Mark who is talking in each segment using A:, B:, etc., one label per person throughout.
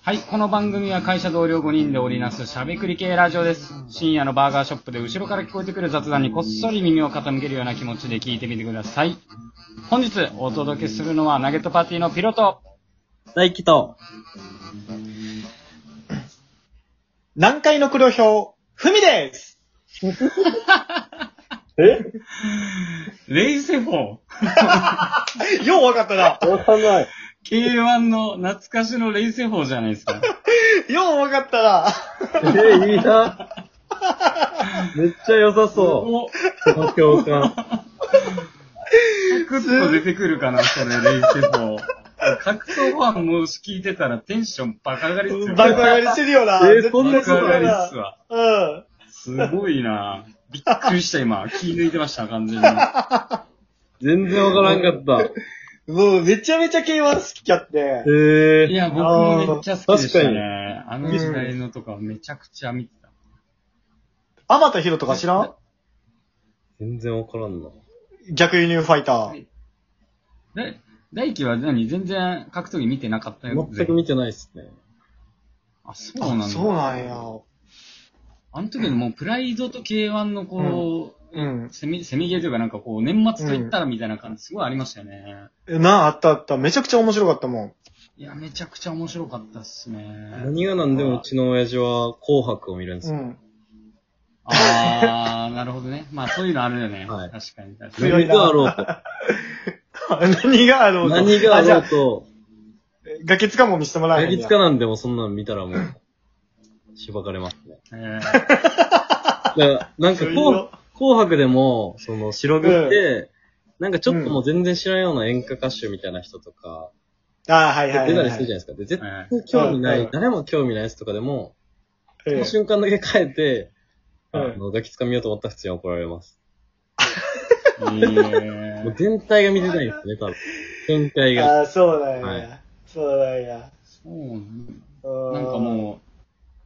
A: はい、この番組は会社同僚5人で織りなすしゃべくり系ラジオです。深夜のバーガーショップで後ろから聞こえてくる雑談にこっそり耳を傾けるような気持ちで聞いてみてください。本日お届けするのはナゲットパーティーのピロト。
B: 大輝と、
C: 南海の黒ひょう、ふ みです
D: え
A: レイセフォン。
C: ようわかった な。
D: 幼い。
A: K1 の懐かしのレイセフォンじゃないですか。
C: ようわかった な。
D: え、いいな。めっちゃ良さそう。
A: お、
D: この共感。
A: サクッと出てくるかな、それ、レイセフォン。格闘ファンもし聞いてたらテンションバカ上がりっすよ。
C: バカ上がりしてるよ
D: え
C: な。
D: ー
C: 絶対
D: そんな
A: バ
D: こと
A: カ
D: ない
A: 上がりっすわ。
C: うん。
A: すごいなびっくりした今。気抜いてました、完全に。
D: 全然わからんかった。
C: もうめちゃめちゃ K1 好きやって。
D: え
A: い
D: え。
A: や、僕もめっちゃ好きでしたね。あの
C: に
A: 時代のとかめちゃくちゃ見てた。
C: あまたひろとか知らん
D: 全然わからんな。
C: 逆輸入ファイター。
A: で、大輝は何全然格闘技見てなかったよ。
D: 全く見てないっすね。
A: あ、そうなんだ。
C: そうなんや。
A: あの時のもうプライドと K1 のこう、
C: うん。
A: セミ、セミゲーというかなんかこう、年末といったらみたいな感じすごいありましたよね。
C: なあ、あったあった。めちゃくちゃ面白かったもん。
A: いや、めちゃくちゃ面白かったっすね。
D: 何が何でもうちの親父は紅白を見るんです
C: う
D: よ。
C: ん。
A: あー、なるほどね。まあそういうのあるよね。
D: はい
A: 確かに確かに。
C: 強い
D: 何
C: な
D: があろう
C: 何があろ
D: と。
C: うと
D: 何があ
C: あ、じ
D: ろう
C: ゃ
D: と。
C: あ、ガキつかも見せてもら
D: や
C: えへんね
D: り
C: や
D: つかなんでもそんなん見たらもう、しばかれますね。
A: え
D: だからなんか
C: そういうの
D: 紅紅白でも、その白組って、なんかちょっともう全然知らんような演歌歌手みたいな人とか、
C: あー、はいはいはい。
D: 出たりするじゃないですか。で、絶
A: ーえ
D: 対興味な
C: う
D: い
C: ん、
D: 誰も興味ないやつとかでも、
C: え
D: そ
C: え
D: の瞬間だけ変えて、あ
C: うん
D: の、抱きつかみようと思ったら普通に怒られます。
A: ー
D: もう全体が見てないですね、多分。全体が。
C: あー、そうなんや。
D: はい
C: そうなんや。
A: そうなん
C: う
A: なんかも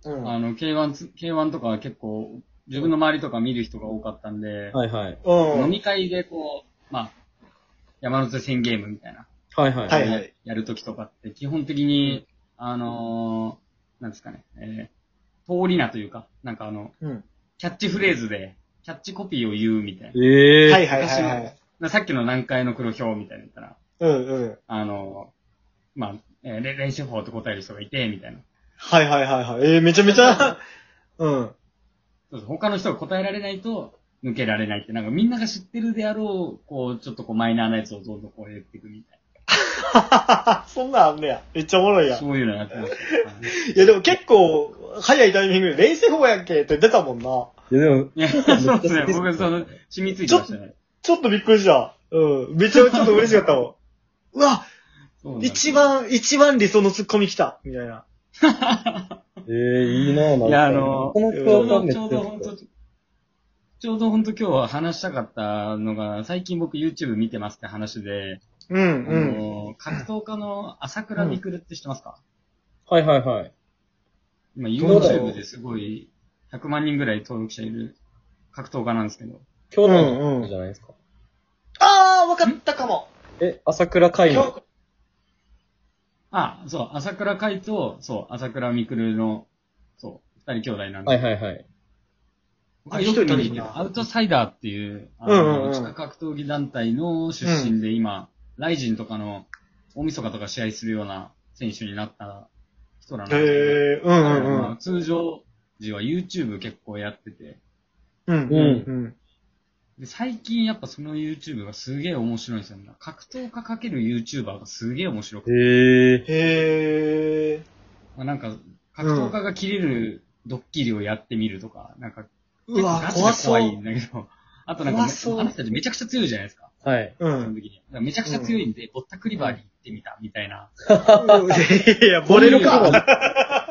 C: う、う
A: う、
C: ん。
A: あの、K1 つ、K1 とかは結構、自分の周りとか見る人が多かったんで、
D: はいはい。
C: うん。
A: 飲み会でこう、まあ、山手線ゲームみたいな、
D: はいはい。
C: はいはい
A: やるときとかって、基本的に、あのー、なんですかね、えー、通り名というか、なんかあの、
C: うん。
A: キャッチフレーズで、キャッチコピーを言うみたい
D: ええ
C: はいはいはいはい。
A: な。さっきの南海の黒表みたいなの言ったら、
C: うんうん。
A: あのー、まあ、えー、れ練習法って答える人がいて、みたいな。
C: はいはいはいはい。えー、めちゃめちゃ、 うん。
A: そうそう他の人が答えられないと抜けられないって、なんかみんなが知ってるであろう、こう、ちょっとこうマイナーなやつをどんどんこう言っていくみたい
C: そんなんあんねや。めっちゃおもろい
A: な。
C: やん。い
A: そういうのやってました。
C: やでも結構、早いタイミングで、レイセフォーやんけって出たもんな。
D: いやでも、
A: いや、 そうですね。僕はその、染みついてましたね。
C: ちょっとびっくりした。うん。めちゃめちゃ嬉しかったも ん。うわ
A: そうなんです
C: 一。番、一番理想のツッコミ来たみたいな。
D: ええいいなぁ、なんか
A: いやあの
D: この
A: ちょう
D: 共
A: ど、
D: 感め
A: ち
D: っちゃ
A: ょう
D: 好き
A: ど本当、ちょうど本当今日は話したかったのが、最近僕 YouTube 見てますって話で、
C: う
A: あ
C: ん、うん。
A: の、格闘家の朝倉未来って知ってますか、
D: はいはいはい。
A: 今
D: そうだよ
A: YouTube ですごい、100万人ぐらい登録者いる格闘家なんですけど、
D: 京都
C: うんう
D: の
C: ん
D: じゃないですか。
C: あー、わかったかも。
D: え、朝倉海
C: 今
D: の。
C: 日、
A: あ、そう、朝倉海と、そう、朝倉未来の、そう、二人兄弟なんで。
D: はいはいはい。
A: 僕は
C: あ
A: よく見に行
C: 一人
A: っ
C: い
A: て
C: る
A: る
C: な
A: アウトサイダーっていう、あ
C: うんうんう
A: の、
C: ん
A: 地下格闘技団体の出身で今、ライジンとかの、大晦日とか試合するような選手になった人なん
C: へ
A: です
C: ー、うん
A: けど、
C: うんう
A: まあ
C: ん。
A: 通常時は YouTube 結構やってて、
C: うん、うん、
A: で最近やっぱその YouTube がすげえ面白いんですよ、ね。格闘家かける YouTuber がすげえ面白くて
D: ええ
C: へー。
A: まあ、なんか、格闘家が切れるドッキリをやってみるとか、なんか、
C: うわ
A: 結、構
C: 怖
A: ガチで
C: そ
A: 怖
C: う。
A: いんだけど、 あとなんか、
C: 怖そう
A: あの人たちめちゃくちゃ強いじゃないですか、
D: はい。
A: 基
C: う
A: 本
C: ん。
A: 的に。だからめちゃくちゃ強いんで、ぼったくりバーに行ってみた、みたいな。
C: いや、ボレるか。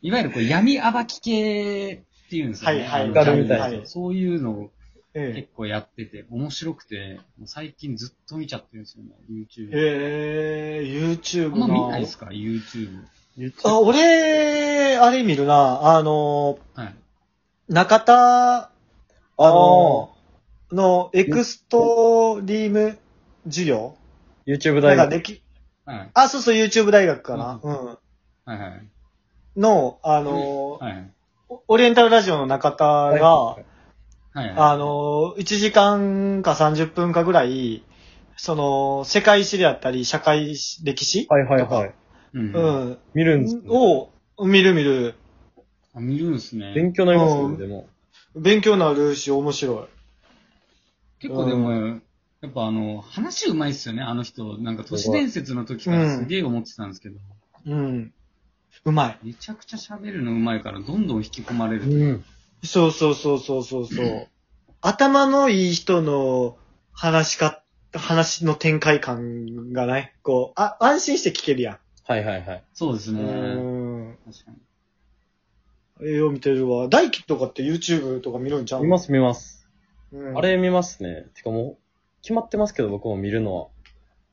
A: いわゆるこう闇暴き系っていうんですよね。
C: はいはい
A: あの
D: わかるみたい
A: ジャンルでそういうのを
C: へ
A: 結構やってて、面白くて、もう最近ずっと見ちゃってるんですよね、YouTube。
C: ー、YouTube
A: あんま見ない
C: な
A: ですか ?YouTube。
C: あ、俺、あれ見るな。あのー、
A: はい。
C: 中田、あ
D: あ
C: の、のエクストリーム授業
D: YouTube
C: な
D: 大
C: んか
D: 学。
C: でき、
E: はい。
C: あ、そうそう、YouTube 大学かな。うん。
E: はいはい。
C: の、あのー、
E: はいはい。
C: オリエンタルラジオの中田が、
E: はいはい。
C: あの、1時間か30分かぐらい、その、世界史であったり、社会史歴史
D: はいはいはい。
E: う。
C: うんん。
D: 見るんですね
C: を、見る見る。
E: あ見るんすね。
D: 勉強になりますよ
C: う
D: ね、
C: ん
D: でも。
C: 勉強になるし、面白い。
E: 結構でも、やっぱあの、話うまいっすよね、あの人。なんか都市伝説の時からすげえ思ってたんですけど。
C: うん。うま
E: めちゃくちゃ喋るのうまいから、どんどん引き込まれる。
D: うん。
C: い。そうそうそうそうそうそう。頭のいい人の話しか、話の展開感がね、こう、あ、安心して聞けるや
D: はいはいはい。
E: そうです
C: ん。う
E: ね。
C: ん。
E: 確かに。
C: ええよ、見てるわ。大輝とかって YouTube とか見るんちゃう
D: 見ます見ます。
C: うん
D: あれ見ますね。てかもう、決まってますけど僕も見るの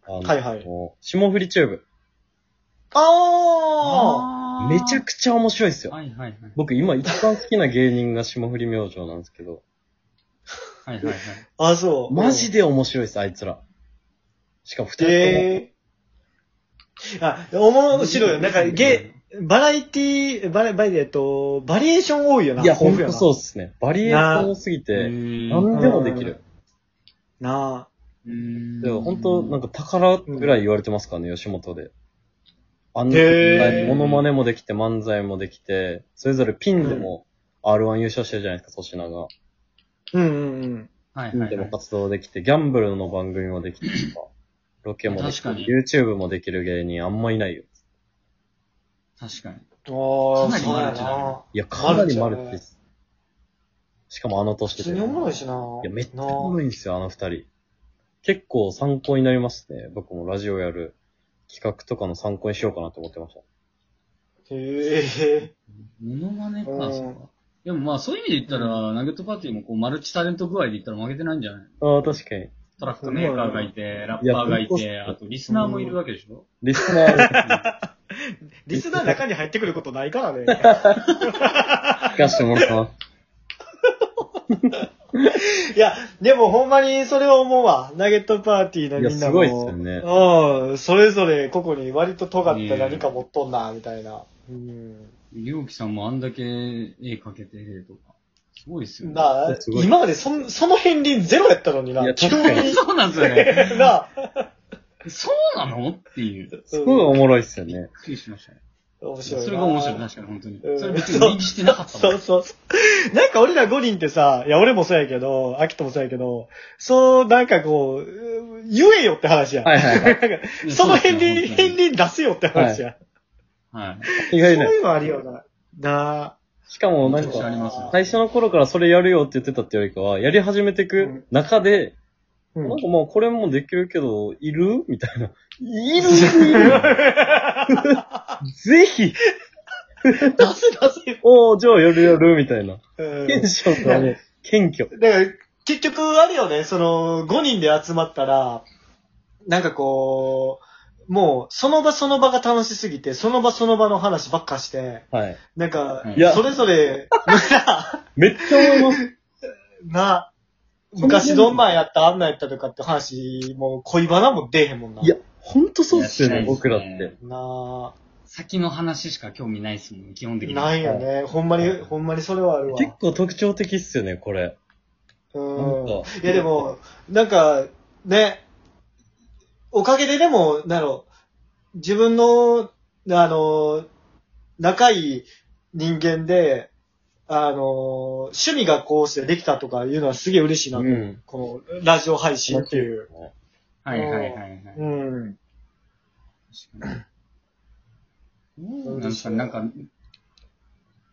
D: は。
C: はいはい
D: もう霜降りチューブ。
C: あ
E: あ
D: めちゃ
E: く
D: くちゃ面白いですよ。
E: はいはいはい。
D: 僕今一番好きな芸人が霜降り明星なんですけど、
E: はいはいはい。
C: ああ、そう。
D: マジで面白いです、あいつら。しかも二人とも。
C: ええあ、面白いよ。なんか、ゲ、バラエティバラ、バラ、えっと、バリエーション多いよな。
D: いや、ほ
C: 豊
D: ん
C: 富
D: とそううっすね。バリエーション多すぎて、何でもできる。
C: な。な
E: うん。
D: でも本当なんか宝ぐらい言われてますからね、吉本で。あんな
C: へー
D: モノマネもできて、漫才もできて、それぞれピンでも R1 優勝してるじゃないですか、粗品が。
C: あ。うんうんうん。
E: はい
D: ピ
E: は
D: ンで
E: いは
D: も
E: い。
D: 活動できて、ギャンブルの番組もできてとか、ロケもできて、
E: 確かに
D: YouTube もできる芸人あんまいないよ。
E: 確かに。
C: あ
E: か
C: あ、
E: なり
C: そう
E: マ
C: や
E: ルチだね
C: な。
D: いや、かなりマルチです。しかもあの年
C: 普
D: で。
C: 通におもろいしな。ない
D: や、めっちゃおもろいんですよ、あの二人。結構参考になりますね。僕もラジオやる企画とかの参考にしようかなと思ってました。
C: へえ。
E: モノマネ
C: う
E: か、
C: ん
E: そうか。でもまあそういう意味で言ったら、ナゲットパーティーもこう、マルチタレント具合で言ったら負けてないんじゃない
D: ああ、確かに。
E: トラックメーカーがいて、ラ
D: い
E: ッ
D: や
E: パーがい
D: ほんと
E: て、あとリスナーもいるわけでしょ
D: リスナー
C: リスナーの中に入ってくることないからね。
D: 聞かせてもらったな。
C: いや、でもほんまにそれは思うわ。ナゲットパーティーのみんなも。
D: いやすごいっすよね
C: うん。それぞれ個々に割と尖った
E: ね
C: 何か持っとんな、みたいな。うん。
E: りょうきさんもあんだけ絵描けてとか。すごいっすよね。
C: なあ
D: すごい
C: 今までそんその片鱗ゼロやったのにな。
D: いや
C: 急
D: 確かに
C: に。
E: そうなんですよね。
C: なあ、
E: そうなのっていう。びっ
D: すごいおもろいっすよね。
E: くりしましたね。
C: 面
E: そ
C: 白いな。
E: れが面白い、確かに、本当に
C: う。ん
E: それ別に認知してなかったも
C: そ
E: ん
C: うそうそう。なんか俺ら5人ってさ、いや俺もそうやけど、アキトもそうやけど、そう、なんかこう、うん言えよって話や。
D: はいはいはい。
C: なんかその片
E: そうです
C: 鱗、
E: ね
C: 片鱗出せよって話や。
E: はい。
D: 意
C: そう
D: 外ない。
C: いうのあるよな。なあ。
D: しかもなん
E: めちゃくちゃあり
D: か、
E: ますね。
D: 最初の頃からそれやるよって言ってたってよりかは、やり始めていく中で、
C: うん
D: なんかまあこれもできるけど、いるみたいな。いるぜひ
C: 出せ出せ。
D: おー、じゃあやるやるみたいな。
C: うん
D: テンションがね、謙虚。
C: だから、結局あれよね、その、5人で集まったら、なんかこう、もう、その場その場が楽しすぎて、その場その場の話ばっかして、
D: はい。
C: なんか
E: うん
D: い、や
C: それぞれ、
D: めっちゃ思います。
C: な、昔どんなんやった、あんなんやったとかって話、もう恋バナも出えへんもんな。
D: いや、ほんとそうっすよ
E: い
D: ね、
E: やしないっ
D: 僕
E: すね
D: らって。
C: なあ
E: 先の話しか興味ないっすもんね、基本的に。
C: ないよね。ほんまに、ほんまにそれはあるわ。
D: 結構特徴的っすよね、これ。
C: うん
D: なんか
C: いやでも、なんか、ね、おかげででも、なんやろ、自分の、あの、仲いい人間で、あの、趣味がこうしてできたとかいうのはすげえ嬉しいな、
D: うん。
C: このラジオ配信っていう。
E: はいはいはいはい。
C: うん。
E: 確かに。
C: そう
E: なん
C: で
E: か、
C: す
E: なんか、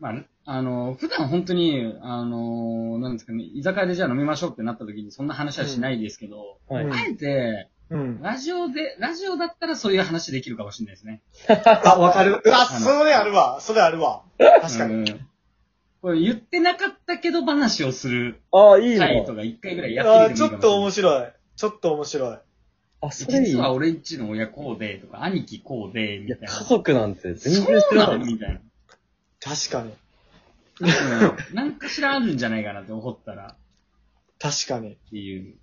E: まあ、あの、普段本当に、あの、なんですかね、居酒屋でじゃあ飲みましょうってなった時にそんな話はしないですけど、
D: はい。
C: うん
E: あえて、
C: うん。
E: ラジオで、ラジオだったらそういう話できるかもしれないですね。
C: あ、わかる。うわ、
E: あの
C: それあるわ。それあるわ。確か
E: う
C: に。
E: ん。これ言ってなかったけど話をする
D: ああ、いいな。
E: 回とか一回ぐらいや
C: あ
E: ってみ
C: ち
E: て
C: ょ
E: もいいか
C: っ
E: もしれ
C: と
E: ない。
C: 面白い。ちょっと面白い。
D: あ、それいい。い
E: 実は
D: や、
E: 俺んちの親こうで、とか、兄貴こうで、みたいな。
D: 家族なんて全然
E: そ
D: 知
E: う
D: ら
E: な
D: な
E: の
D: い。
E: みたいな。
C: 確かに。
E: 多分なんかしらあるんじゃないかなって思ったら、
C: 確かに。
E: っていう。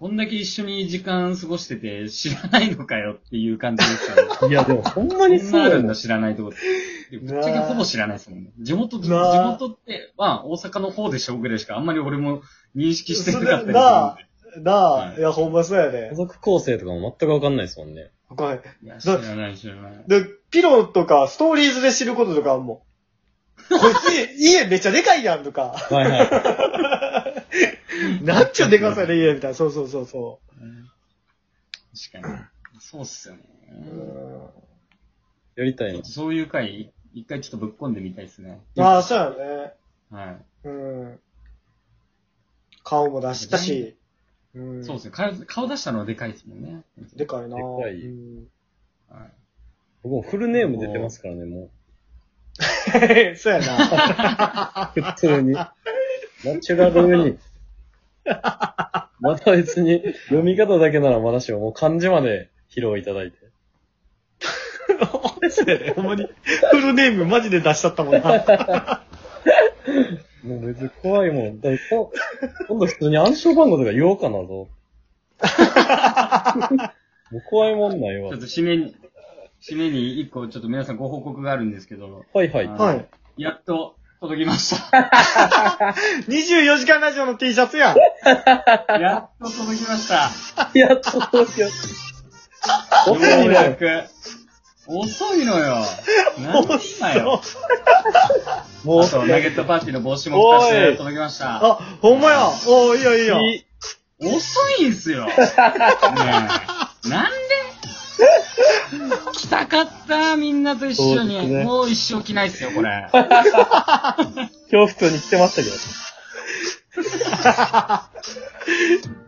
E: こんだけ一緒に時間過ごしてて、知らないのかよっていう感じですよ ね。
D: いや、でもほんま
E: こ
D: に
E: ん
D: そう
E: なあ
D: や
E: るん
D: ん
E: だ、知らないとこって。ぶっちゃけほぼ知らないですもんね。地元、地
C: なあ
E: 元って、まあ、大阪の方でしょうぐらいしか、あんまり俺も認識してなかったりするんで
C: なあ、な
E: は
C: あ、
E: い
C: いや、ほんまそうやね
D: 家。族構成とかも全くわかんないですもんね。
C: ごめん。
E: いや、知らない、知らない。
C: で、ピロとか、ストーリーズで知ることとかあんもん。こいつ家、家めっちゃでかいやんとか。
D: はいは
C: なんちゅうでかさで家みたいな。そうそうそうそ
E: 確かに。そうっすよね。
C: う。
D: い。やりたい
E: ちょ
D: な
E: っと。そういう回、一回ちょっとぶっ込んでみたいですね。
C: まあ、そうやね。
E: はい。
C: うん。顔も出したし。うん。
E: そうですね。顔顔出したのはでかいですもんね。
C: でかいな
D: でかい
C: うん、
E: はい
D: 僕もフルネーム出てますからね、も
C: そうやな。
D: う。普通に。ナチュラルに。また別に、読み方だけならまだしも、もう漢字まで披露いただいて。
C: ほんまに。フルネームマジで出しちゃったもんな。
D: もう別に怖いもん。だからこ今度普通に暗証番号とか言おうかなぞ。もう怖いもんない
E: ちょ
D: わ
E: っ。と締めに、締めに一個ちょっと皆さんご報告があるんですけど、
D: はいはい。
E: あ
C: はい。
E: やっと届きま した。
C: 24時間ラジオの T シャツやん。
E: やっと届きました。
D: やっとどうしよう。遅い
E: よう
D: な
E: や。く遅いのよ。なんで今よ。
D: も
E: あと、ナゲットパーティーの帽子も2
D: おい
E: つ届きました。
C: あ、ほんまや。おーいいよいいよ。
D: いい
E: 遅いんす よ。ねえ。なんで来たかった、みんなと一緒
D: そう
E: に。
D: ですね
E: もう一生着ないっすよ、これ。
D: 今日普通に来てましたけど。